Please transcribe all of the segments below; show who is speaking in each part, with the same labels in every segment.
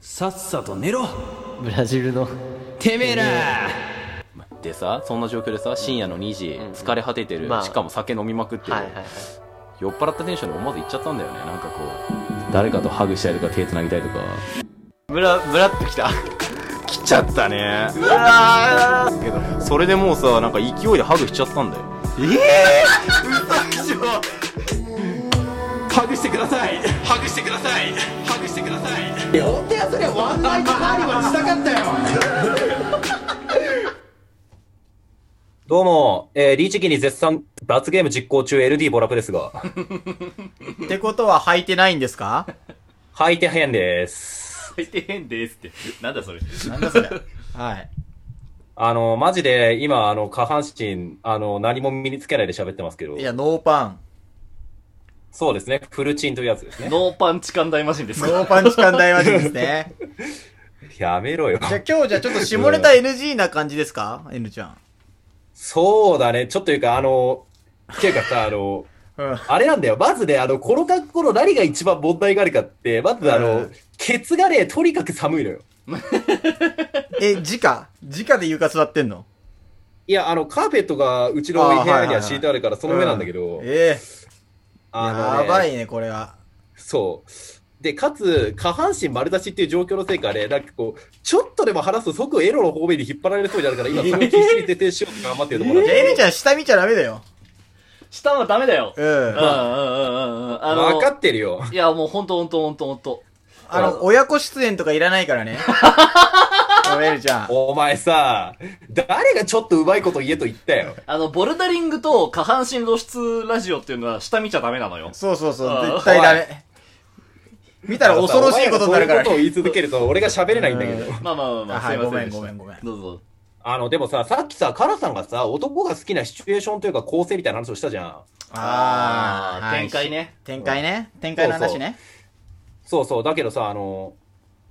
Speaker 1: さっさと寝ろ
Speaker 2: ブラジルの
Speaker 1: てめえら
Speaker 3: でさそんな状況でさ深夜の2時、
Speaker 2: ん
Speaker 3: 疲れ果ててる、
Speaker 2: まあ
Speaker 3: しかも酒飲みまくってる、
Speaker 2: はいはいはい
Speaker 3: 酔っ払ったテンションで思わず行っちゃったんだよねなんかこう誰かとハグしたいとか手つなぎたいとか
Speaker 2: ブラブラッときた
Speaker 3: 来ちゃったねうわーけどそれでもうさなんか勢いでハグしちゃったんだよ
Speaker 1: ハグしてくださいハグしてくださいハグしてください
Speaker 4: どうも、えー、リーチ期に絶賛罰ゲーム実行中 LD ボラプですが、
Speaker 5: ってことは履いてないんです か
Speaker 4: はいてへんです。
Speaker 3: 最低変ですってなんだそれ
Speaker 5: なんだそれ。はい。
Speaker 4: あの、マジで今、あの、下半身、あの、何も身につけないで喋ってますけど
Speaker 5: い、や、ノーパン。
Speaker 4: そうですね、フルチンというやつですね。
Speaker 3: ノーパン痴漢大魔神です
Speaker 5: ノーパン痴漢大魔人で すね。
Speaker 4: やめろよ。
Speaker 5: じゃあ今日じゃあちょっと下ネタ NG な感じですか ?N ちゃん。
Speaker 4: そうだね、ちょっというか、あの、っていうかさ、あの、
Speaker 5: うん。
Speaker 4: あれなんだよ、まずね、あの、この格好の何が一番問題があるかって、まずあ
Speaker 5: う
Speaker 4: の
Speaker 5: ん、
Speaker 4: ケツがね、とにかく寒いのよ。
Speaker 5: え、直直で床座ってんの
Speaker 4: いや、あの、カーペットがうちの
Speaker 5: あー
Speaker 4: 部
Speaker 5: はい
Speaker 4: 屋
Speaker 5: はい
Speaker 4: に
Speaker 5: は
Speaker 4: はい敷いてあるから、その上なんだけど
Speaker 5: う、え
Speaker 4: あの
Speaker 5: ー、
Speaker 4: ね
Speaker 5: やばいね、これは。
Speaker 4: そう。で、かつ、下半身丸出しっていう状況のせいかね、なんかこう、ちょっとでも話すと即エロの方面に引っ張られるそうになるから、今、それを必死に徹底しようと頑張ってるところ
Speaker 5: じ
Speaker 4: なん
Speaker 5: ゃあ
Speaker 4: で。
Speaker 5: N ちゃん下見ちゃダメだよ。
Speaker 3: 下はダメだよ
Speaker 5: う
Speaker 3: うん
Speaker 5: ん。
Speaker 3: うんうんうんうんあの
Speaker 4: 分かってるよ。
Speaker 3: いやもうほんとほんとほんとほんと
Speaker 5: あの、親子出演とかいらないから ね。おエルちゃん。
Speaker 4: お前さ、誰がちょっとうまいこと言えと言ったよ。
Speaker 3: あの、ボルダリングと下半身露出ラジオっていうのは下見ちゃダメなの よ。
Speaker 5: そうそうそう
Speaker 3: あ、ー
Speaker 5: 絶対ダメ。見たら恐ろしいことになるから
Speaker 4: お前がそう。いうことを言い続けると、俺が喋れないんだけど。
Speaker 3: まあまあまあまあ、
Speaker 5: あはい
Speaker 3: すいませんでした。
Speaker 5: ごめんごめんごめん
Speaker 3: どうぞ。
Speaker 4: あの、でもさ、さっきさ、カラさんがさ、男が好きなシチュエーションというか構成みたいな話をしたじゃん。
Speaker 5: あー、
Speaker 3: 展開
Speaker 5: ね。
Speaker 3: ね。
Speaker 5: 展開ね。展開の話ね。
Speaker 4: そうそう、だけどさ、あの、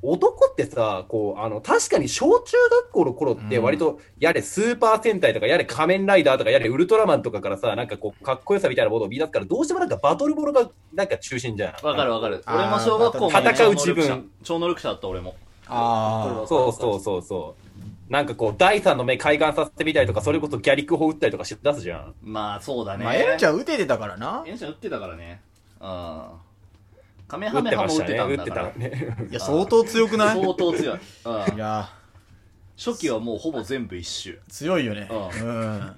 Speaker 4: 男ってさ、こう、あの、確かに小中学校の頃って割と、やれスーパー戦隊とか、やれ仮面ライダーとか、やれウルトラマンとかからさ、なんかこう、かっこよさみたいなものを見出すから、どうしてもなんかバトルものが、なんか中心じゃん。
Speaker 3: わかるわかる。
Speaker 5: あー
Speaker 3: 俺も小学校
Speaker 4: 戦う自分
Speaker 3: 超能力者超能力者だった俺も。
Speaker 5: あ
Speaker 4: そうそうそうそう。なんかこう、第三の目開眼させてみたりとか、それこそギャリック砲撃ったりとかし出すじゃん。
Speaker 3: まあそうだ
Speaker 5: ー。
Speaker 3: ね。
Speaker 5: まあ、エルちゃん打ててたからな。
Speaker 3: エンちゃん打ってたからね。うん。カメ
Speaker 4: 撃
Speaker 3: ハ
Speaker 4: っ
Speaker 3: メ
Speaker 4: て
Speaker 3: ハ
Speaker 4: ま
Speaker 3: も
Speaker 4: し
Speaker 3: 打ったて
Speaker 4: ね。
Speaker 3: たん
Speaker 4: 撃っ
Speaker 3: だ
Speaker 4: て
Speaker 3: か
Speaker 4: た
Speaker 3: ら。
Speaker 4: ね。
Speaker 5: いや、相当強くない
Speaker 3: 相当強い。うん。
Speaker 5: いや
Speaker 3: 初期はもうほぼ全部一周。
Speaker 5: ー、強いよね。
Speaker 3: う
Speaker 5: うん。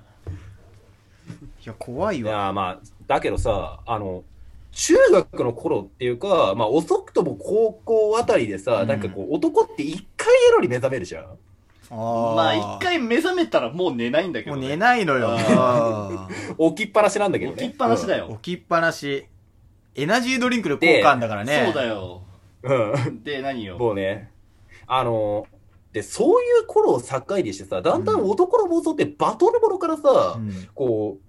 Speaker 5: いや、怖い
Speaker 4: い
Speaker 5: わ。
Speaker 4: やーまあ、だけどさ、あの、中学の頃っていうか、まあ遅くとも高校あたりでさ、
Speaker 5: うん
Speaker 4: なんかこう、男って一回エロに目覚めるじゃん。
Speaker 5: あ
Speaker 3: まあ
Speaker 5: ー
Speaker 3: 一。回目覚めたらもう寝ないんだけ
Speaker 5: も
Speaker 3: ど、
Speaker 5: う
Speaker 3: ね。
Speaker 5: 寝ないのよ。あ
Speaker 4: 置きっぱなしなんだけど
Speaker 3: 起きっ
Speaker 4: ね。
Speaker 3: ぱなしだ
Speaker 5: ー
Speaker 3: よ。
Speaker 5: 起きっぱなし。エナジードリンクで効果あんだからね。
Speaker 3: そうだよ。
Speaker 4: うん。
Speaker 3: で、何よ。
Speaker 4: もうね、あの、で、そういう頃を境にしてさ、だんだん男の妄想ってバトルものからさ、
Speaker 5: うん
Speaker 4: こう、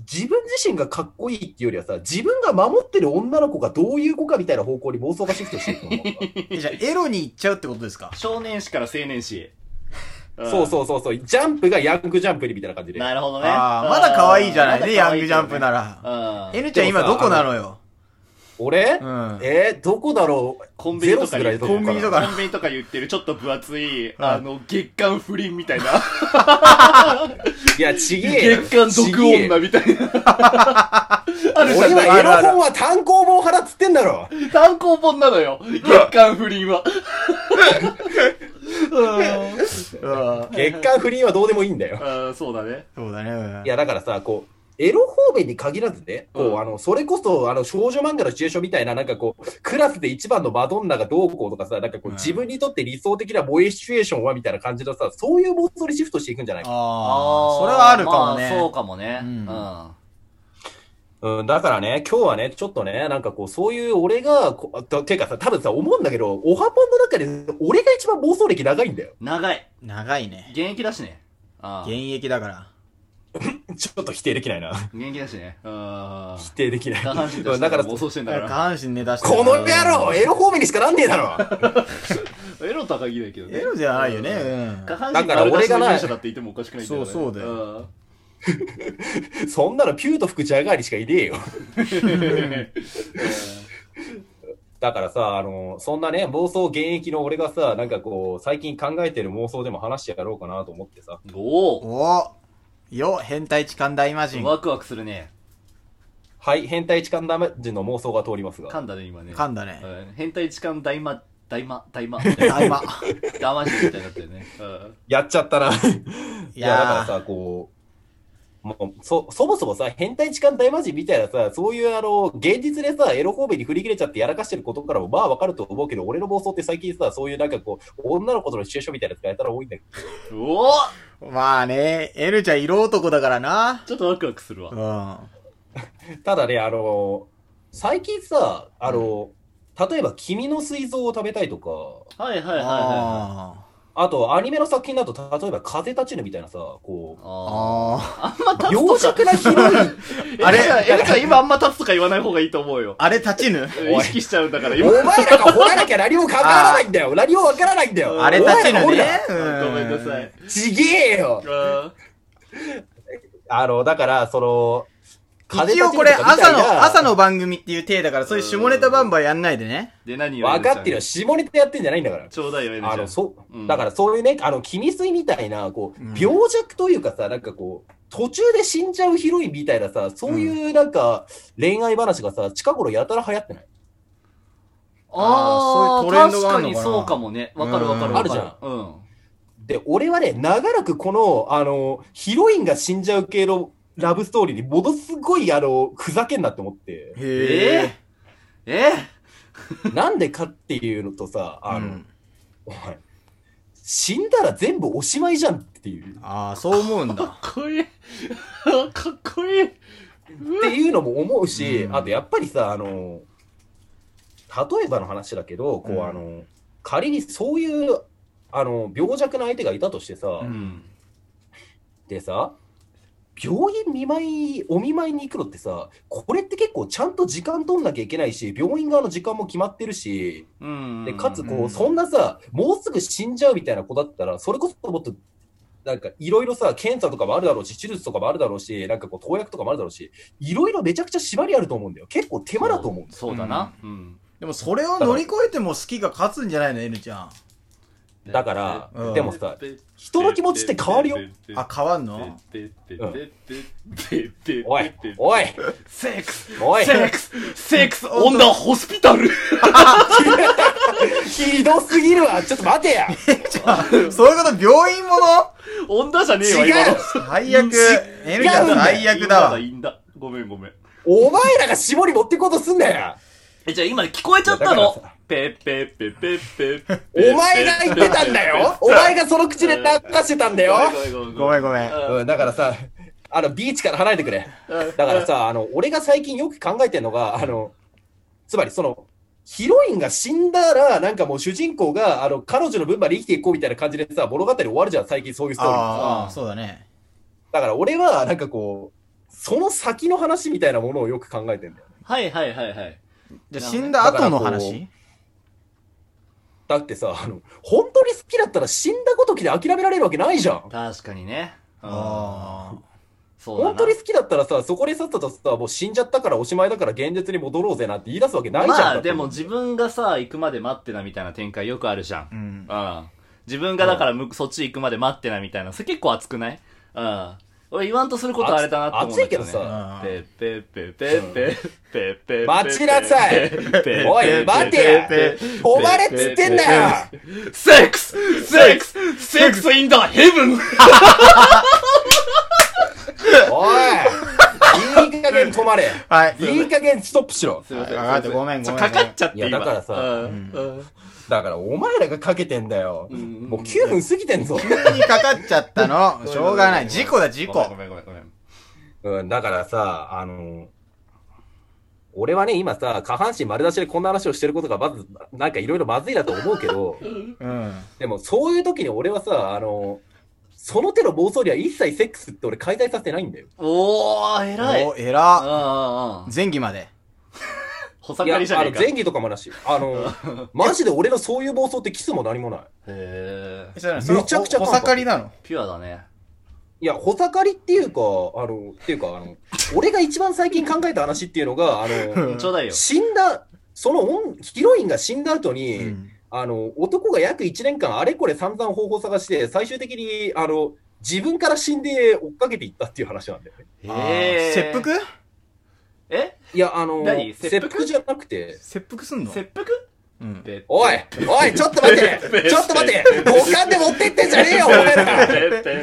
Speaker 4: 自分自身がかっこいいっていうよりはさ、自分が守ってる女の子がどういう子かみたいな方向に妄想がシフトしていくの。
Speaker 5: えじゃあ、エロに行っちゃうってことで すか
Speaker 3: 少年誌から青年誌。
Speaker 4: そう
Speaker 3: う
Speaker 4: そうそうそう、ジャンプがヤングジャンプにみたいな感じ
Speaker 3: ん。
Speaker 4: で。
Speaker 3: なるほどね。
Speaker 5: あーまだ可愛いじゃない
Speaker 3: まだ
Speaker 5: ね
Speaker 3: 可愛
Speaker 5: ヤン
Speaker 3: い
Speaker 5: グ
Speaker 3: けどね
Speaker 5: ジャンプなら
Speaker 3: うん。
Speaker 5: N ちゃん今どこなのよ。
Speaker 4: 俺、
Speaker 5: うん
Speaker 4: えーどこだろう
Speaker 3: コンビニと
Speaker 4: ゼロス
Speaker 3: か
Speaker 4: ぐらい
Speaker 3: コ
Speaker 4: だ
Speaker 3: ン
Speaker 4: と
Speaker 3: ビ
Speaker 4: 思う
Speaker 3: ニ
Speaker 4: から
Speaker 3: とか、コンビニとか言ってるちょっと分厚い、あの、月刊不倫みたいな。
Speaker 4: いや、ちげえよ。
Speaker 3: 月刊毒
Speaker 4: ちげえ
Speaker 3: 女
Speaker 4: よ
Speaker 3: みたいな。あるじゃ
Speaker 4: 俺
Speaker 3: ん。
Speaker 4: はエロ本は単行本派だっつってんだろ。
Speaker 3: 単行本なのよ。月刊不倫は。うん
Speaker 5: うん。
Speaker 4: 月刊不倫はどうでもいいんだよ。
Speaker 3: あー。そうだね。
Speaker 5: そうだね。うん
Speaker 4: いや、だからさ、こう、エロ方面に限らずね、こう、
Speaker 3: うん
Speaker 4: あの、それこそ、あの、少女漫画のシチュエーションみたいな、なんかこう、クラスで一番のマドンナがどうこうとかさ、なんかこう、
Speaker 5: うん
Speaker 4: 自分にとって理想的な萌えシチュエーションはみたいな感じのさ、そういう妄想にシフトしていくんじゃないか。
Speaker 5: ああ、それはあるかもね。
Speaker 3: まあそうかもね。う
Speaker 5: うんん。
Speaker 4: うん、だからね、今日はね、ちょっとね、なんかこう、そういう俺が、こうとてかさ、多分さ、思うんだけど、オハポンの中で、俺が一番妄想歴長いんだよ。
Speaker 3: 長い。
Speaker 5: 長いね。
Speaker 3: 現役だしね。あー
Speaker 5: 現役だから。
Speaker 4: ちょっと否定できないな。
Speaker 3: 現役だしね。うん。
Speaker 4: 否定でき ない。
Speaker 3: 下半身と
Speaker 4: う
Speaker 3: し
Speaker 4: ん
Speaker 3: て
Speaker 4: だから、
Speaker 3: 暴
Speaker 4: こ
Speaker 3: 走してんだか
Speaker 5: 下
Speaker 3: ら。
Speaker 5: 半身ね出し
Speaker 4: の
Speaker 5: て
Speaker 4: 野郎、エロ方面にしかなんねえだろ。
Speaker 3: エロ高木だけどね。
Speaker 5: エロじゃないよね。
Speaker 3: うん
Speaker 5: うん。
Speaker 3: 下半
Speaker 4: だ
Speaker 3: 身
Speaker 4: から俺がな
Speaker 3: 丸出しの勇者だって言ってもおかしくないんだよね。
Speaker 5: そうそうだよ
Speaker 4: そんなのピューと吹くジャガーにしかいねえよ。だからさ、あの、そんなね、妄想現役の俺がさ、なんかこう、最近考えてる妄想でも話してやろうかなと思ってさ。
Speaker 3: お
Speaker 5: およ、変態痴漢大魔
Speaker 3: お
Speaker 5: 人。
Speaker 3: ワクワクするね。
Speaker 4: はい、変態痴漢ダメージの妄想が通ります
Speaker 3: 噛
Speaker 4: が。
Speaker 3: んだね、今ね。
Speaker 5: 噛んだね
Speaker 3: う。変態痴漢大魔、大魔、大魔。
Speaker 5: 大魔。
Speaker 3: ダマジみたいになったよね。うん
Speaker 4: やっちゃったな。い
Speaker 5: い
Speaker 4: や、だから
Speaker 5: やー、
Speaker 4: さ、こう、もう、そ、そもそもさ、変態痴漢大魔人みたいなさ、そういうあの、現実でさ、エロ神戸に振り切れちゃってやらかしてることからも、まあわかると思うけど、俺の妄想って最近さ、そういうなんかこう、女の子とのシチュエーションみたいなやつがやたら多いんだけど。
Speaker 3: おお
Speaker 5: まあね、エルちゃん色男だからな。
Speaker 3: ちょっとワクワクするわ
Speaker 5: う。ん。
Speaker 4: ただね、あの、最近さ、あの、例えば、君の水蔵を食べたいとか、
Speaker 3: はいはいはいはいはい。
Speaker 5: あ
Speaker 4: あと、アニメの作品だと、例えば、風立ちぬみたいなさ、こう、
Speaker 5: ー
Speaker 3: あ
Speaker 5: あー。
Speaker 4: 洋食な広い、
Speaker 3: あれエルちゃん今あんま立つとか言わない方がいいと思うよ。
Speaker 5: あれ立ちぬ
Speaker 3: 意識しちゃうんだから今。
Speaker 4: お
Speaker 3: ご
Speaker 4: 前らが掘らなきゃ何も考えらないんだよ何もわからないんだよ
Speaker 5: あれ立ちぬ
Speaker 4: お前
Speaker 5: ね
Speaker 4: ら掘る。
Speaker 3: めんなさい。
Speaker 4: なちげえよ
Speaker 3: あ
Speaker 4: あの、だから、その、
Speaker 5: 一応これ朝の、朝
Speaker 4: の、
Speaker 5: の番組っていう体だから、そういう下ネタバンバンやんないでね。
Speaker 3: ーで、何よ。
Speaker 4: 分かってる
Speaker 3: エ
Speaker 4: よ。
Speaker 3: ルち
Speaker 4: 下ネタやってんじゃないんだから
Speaker 3: ゃん。ちょうだいよ、エルちゃ
Speaker 4: あ
Speaker 3: ん。
Speaker 4: の、そう、
Speaker 3: うん
Speaker 4: だからそういうね、あの、君水みたいな、こう
Speaker 5: うん、
Speaker 4: 病弱というかさ、なんかこう、途中で死んじゃうヒロインみたいなさ、そういうなんか、恋愛話がさ、近頃やたら流行ってない
Speaker 3: あ
Speaker 5: あー
Speaker 3: ー
Speaker 5: そういうトレンドがあ
Speaker 3: 確
Speaker 5: る
Speaker 3: か
Speaker 5: のかな
Speaker 3: にそうかもね。わかるわかる
Speaker 5: うん
Speaker 3: わかる。
Speaker 4: ある
Speaker 3: じゃん。うん。
Speaker 4: で、俺はね、長らくこの、あの、ヒロインが死んじゃう系のラブストーリーに、ものすごい、あの、ふざけんなって思って、
Speaker 5: へえ。
Speaker 3: え
Speaker 4: なんでかっていうのとさ、あの、
Speaker 5: うん
Speaker 4: お前、死んだら全部おしまいじゃんっていう。
Speaker 5: ああ、そう思うんだ。
Speaker 3: かっ こいい。かっこいい。
Speaker 4: っていうのも思うし、
Speaker 5: うん
Speaker 4: あとやっぱりさ、あの、例えばの話だけど、こう、
Speaker 5: うん
Speaker 4: あの、仮にそういう、あの、病弱な相手がいたとしてさ、
Speaker 3: うん。
Speaker 4: でさ、病院見舞い、お見舞いに行くのってさ、これって結構ちゃんと時間取んなきゃいけないし、病院側の時間も決まってるし、
Speaker 3: うん。
Speaker 4: で、かつ
Speaker 5: う
Speaker 4: こ
Speaker 5: ん
Speaker 4: う、そんなさ、もうすぐ死んじゃうみたいな子だったら、それこそもっと、なんか、いろいろさ、検査とかもあるだろうし、手術とかもあるだろうし、なんかこう、投薬とかもあるだろうし、いろいろめちゃくちゃ縛りあると思うんだよ。結構手間だと思う。
Speaker 3: そうだな。うん。
Speaker 5: でもそれを乗り越えても好きが勝つんじゃないの、エルちゃん。
Speaker 4: だから
Speaker 5: うん、
Speaker 4: でもさ、人の気持ちって変わるよ。
Speaker 5: あ、変わんの
Speaker 4: おい、おい、
Speaker 3: セックス
Speaker 4: おい、
Speaker 3: セックスセックスオンダホスピタ ル
Speaker 4: ひどすぎるわ。ちょっと待てや。
Speaker 5: そういうこと、病院もの
Speaker 3: オンダじゃねえわ、
Speaker 4: 違う
Speaker 3: 今の。
Speaker 5: 最悪。エルちゃん
Speaker 4: 違うんだよ
Speaker 5: 最悪だわ
Speaker 3: い。いんだ。ごめんごめん。
Speaker 4: お前らが絞り持ってこうとすんだよ。
Speaker 3: え、じゃあ今聞こえちゃった
Speaker 4: だか
Speaker 3: の
Speaker 4: らさ
Speaker 3: ペッペッペッペッペッペ
Speaker 4: お前が言ってたんだよ。お前がその口で流してたんだよ。
Speaker 5: ごめんごめん。
Speaker 4: うん、だからさ、あの、ビーチから離れてくれ。だからさ、あの、俺が最近よく考えてるのが、あの、つまりその、ヒロインが死んだら、なんかもう主人公が、あの、彼女の分まで生きていこうみたいな感じでさ、物語終わるじゃん、最近そういうストーリー。
Speaker 5: ああ、そうだね。
Speaker 4: だから俺は、なんかこう、その先の話みたいなものをよく考えてんだよ。
Speaker 3: はいはいはいはい。
Speaker 5: じゃあ死んだ後の
Speaker 4: だか
Speaker 5: 話
Speaker 4: だってさ、あの、本当に好きだったら死んだごときで諦められるわけないじゃん。
Speaker 3: 確かにね。あ。
Speaker 5: あ
Speaker 3: そうだな。
Speaker 4: 本当に好きだったらさ、そこでさっさとさ、もう死んじゃったからおしまいだから現実に戻ろうぜなんて言い出すわけないじゃん。
Speaker 3: ま
Speaker 4: だ
Speaker 3: あ
Speaker 4: って
Speaker 3: でも自分がさ、行くまで待ってなみたいな展開よくあるじゃん
Speaker 5: あ。う。ん。
Speaker 3: うん。自分がだからむ、そっち行くまで待ってなみたいな。それ結構熱くないうん。俺言わんとすることあれだなって思うんだけど、ね。
Speaker 4: 熱いけどさ
Speaker 5: あ
Speaker 3: ペ
Speaker 5: ー
Speaker 3: ッペッペッペッペッペッペッ
Speaker 4: 待ちなさい
Speaker 3: ペッペッ
Speaker 4: おい待てや
Speaker 3: ペッペッ
Speaker 4: 止まれっつってんだよ
Speaker 3: セックスセックスセックスインダーヘブン
Speaker 4: おいいい加減止まれ
Speaker 5: はい。
Speaker 4: いい加減ストップしろ
Speaker 3: すいません。
Speaker 5: わかったごめんごめん
Speaker 3: かかっちゃって
Speaker 4: いや
Speaker 3: 今
Speaker 4: だからさ
Speaker 3: うんうん
Speaker 4: だからお前らがかけてんだよ。
Speaker 3: ん
Speaker 4: もう9分過ぎてんぞ。
Speaker 5: 急にかかっちゃったの。しょうがない。事故だ、事故。
Speaker 3: ごめんごめんごめんごめん。
Speaker 4: うん、だからさ、あの、俺はね、今さ、下半身丸出しでこんな話をしてることが、まず、なんかいろいろまずいなと思うけど、
Speaker 5: うん。
Speaker 4: でもそういう時に俺はさ、あの、その手の暴走には一切セックスって俺解体させてないんだよ。
Speaker 3: おー、偉い。
Speaker 5: お、
Speaker 3: うん
Speaker 5: 偉っ。
Speaker 3: うんうん。
Speaker 5: 前期まで。
Speaker 3: ほさ
Speaker 4: いや、
Speaker 3: か
Speaker 4: あ
Speaker 3: りじゃねえ
Speaker 4: の、
Speaker 3: か。
Speaker 4: 前儀とかもなし。あ の、マジで俺のそういう暴走ってキスも何もない。
Speaker 3: へー。
Speaker 5: め
Speaker 4: めちゃくちゃ
Speaker 5: お盛りなの。
Speaker 3: ピュアだね。
Speaker 4: いや、ほさかりっていうか、あの、っていうか、あの、俺が一番最近考えた話っていうのが、あの、
Speaker 3: ちょうだいよ。
Speaker 4: 死んだ、その女ヒロインが死んだ後に、
Speaker 5: うん
Speaker 4: あの、男が約1年間あれこれ散々方法探して、最終的に、あの、自分から死んで追っかけていったっていう話なんだよね。
Speaker 5: あー切腹
Speaker 3: え
Speaker 4: いや、あの、
Speaker 3: 何切
Speaker 4: 切
Speaker 3: 腹
Speaker 4: 腹じゃなくて、
Speaker 5: 切腹すんの
Speaker 3: 切腹
Speaker 5: うん
Speaker 3: べ
Speaker 4: おいおいちょっと待っ てちょっと待って五感で持ってってんじゃねえよお前ら
Speaker 3: ぺぺ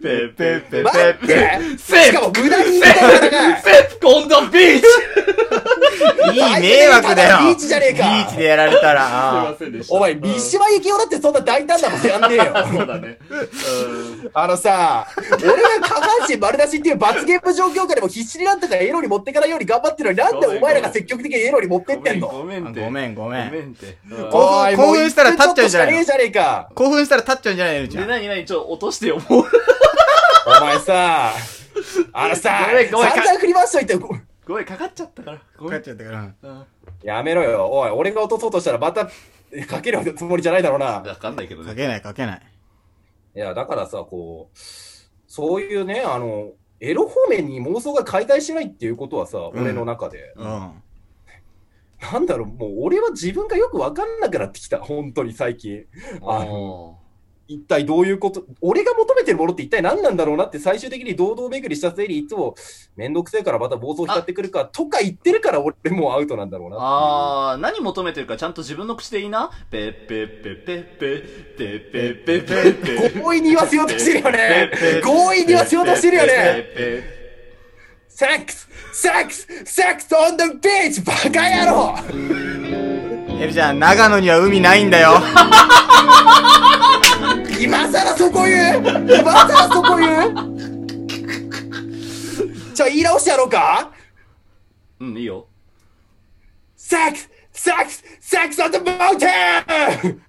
Speaker 3: ぺぺぺ
Speaker 4: 待って
Speaker 3: せっ
Speaker 4: しかも無駄に言いたいからな
Speaker 3: セプコンドビーチ
Speaker 5: いい迷惑だよ
Speaker 4: ビーチじゃねえか
Speaker 5: ビーチでやられたらあー
Speaker 3: せんでし
Speaker 4: お前、三島由紀夫だってそんな大胆なことやんねえ
Speaker 3: そう
Speaker 4: よ。
Speaker 3: だね。
Speaker 4: あのさ、俺が下半身丸出しっていう罰ゲーム状況下でも必死になったからエロに持ってかないように頑張ってるのになんでお前らが積極的にエロに持ってってんの
Speaker 3: ごめんて。
Speaker 5: ごめんごめん
Speaker 3: ごめんて。
Speaker 5: こ
Speaker 4: おい
Speaker 5: 興奮したら立っちゃうんじゃないの
Speaker 4: もう一分ちょっとしかねえじゃねえか。
Speaker 5: 興奮したら立っちゃうんじゃないのじゃ
Speaker 3: で、
Speaker 5: ん
Speaker 3: なになに、ちょ、落としてよ、もう。
Speaker 4: お前さ、あのさ
Speaker 3: ごめ、んごめん
Speaker 4: 散々振り回しといて、ご
Speaker 3: ごめん、かかっちゃったから。ご
Speaker 5: 帰
Speaker 3: めん
Speaker 5: っ。ちゃったから
Speaker 4: やめろよ。おい、俺が落とそうとしたらまた、かけるつもりじゃないだろうな。
Speaker 3: わかんないけど
Speaker 5: か
Speaker 3: ね。
Speaker 5: けないかけない
Speaker 4: いや、だからさ、こう、そういうね、あの、エロ方面に妄想が解体しないっていうことはさ、
Speaker 5: うん
Speaker 4: 俺の中で。
Speaker 5: うん
Speaker 4: なんだろう、もう俺は自分がよくわかんなくなってきた、本当に最近。あの、
Speaker 3: の、
Speaker 4: 一体どういうこと、俺が求めてるものって一体何なんだろうなって最終的に堂々巡りしたせいにいつも、めんどくせえからまた暴走光ってくるか、とか言ってるから俺もうアウトなんだろうな。
Speaker 3: あー、何求めてるかちゃんと自分の口で言いな。ぺぺぺぺぺぺぺぺぺぺ。
Speaker 4: 強引に言わせようとしてるよね強引に言わせようとしてるよね
Speaker 3: ね
Speaker 4: セックスセックスセックスオンザビーチバカ野郎
Speaker 5: エルちゃん長野には海ないんだよ
Speaker 4: 今さらそこ言う今さらそこ言うちょ、言い直してやろうか
Speaker 3: うん、いいよ。
Speaker 4: セックスセックスセックスオンザマウンテン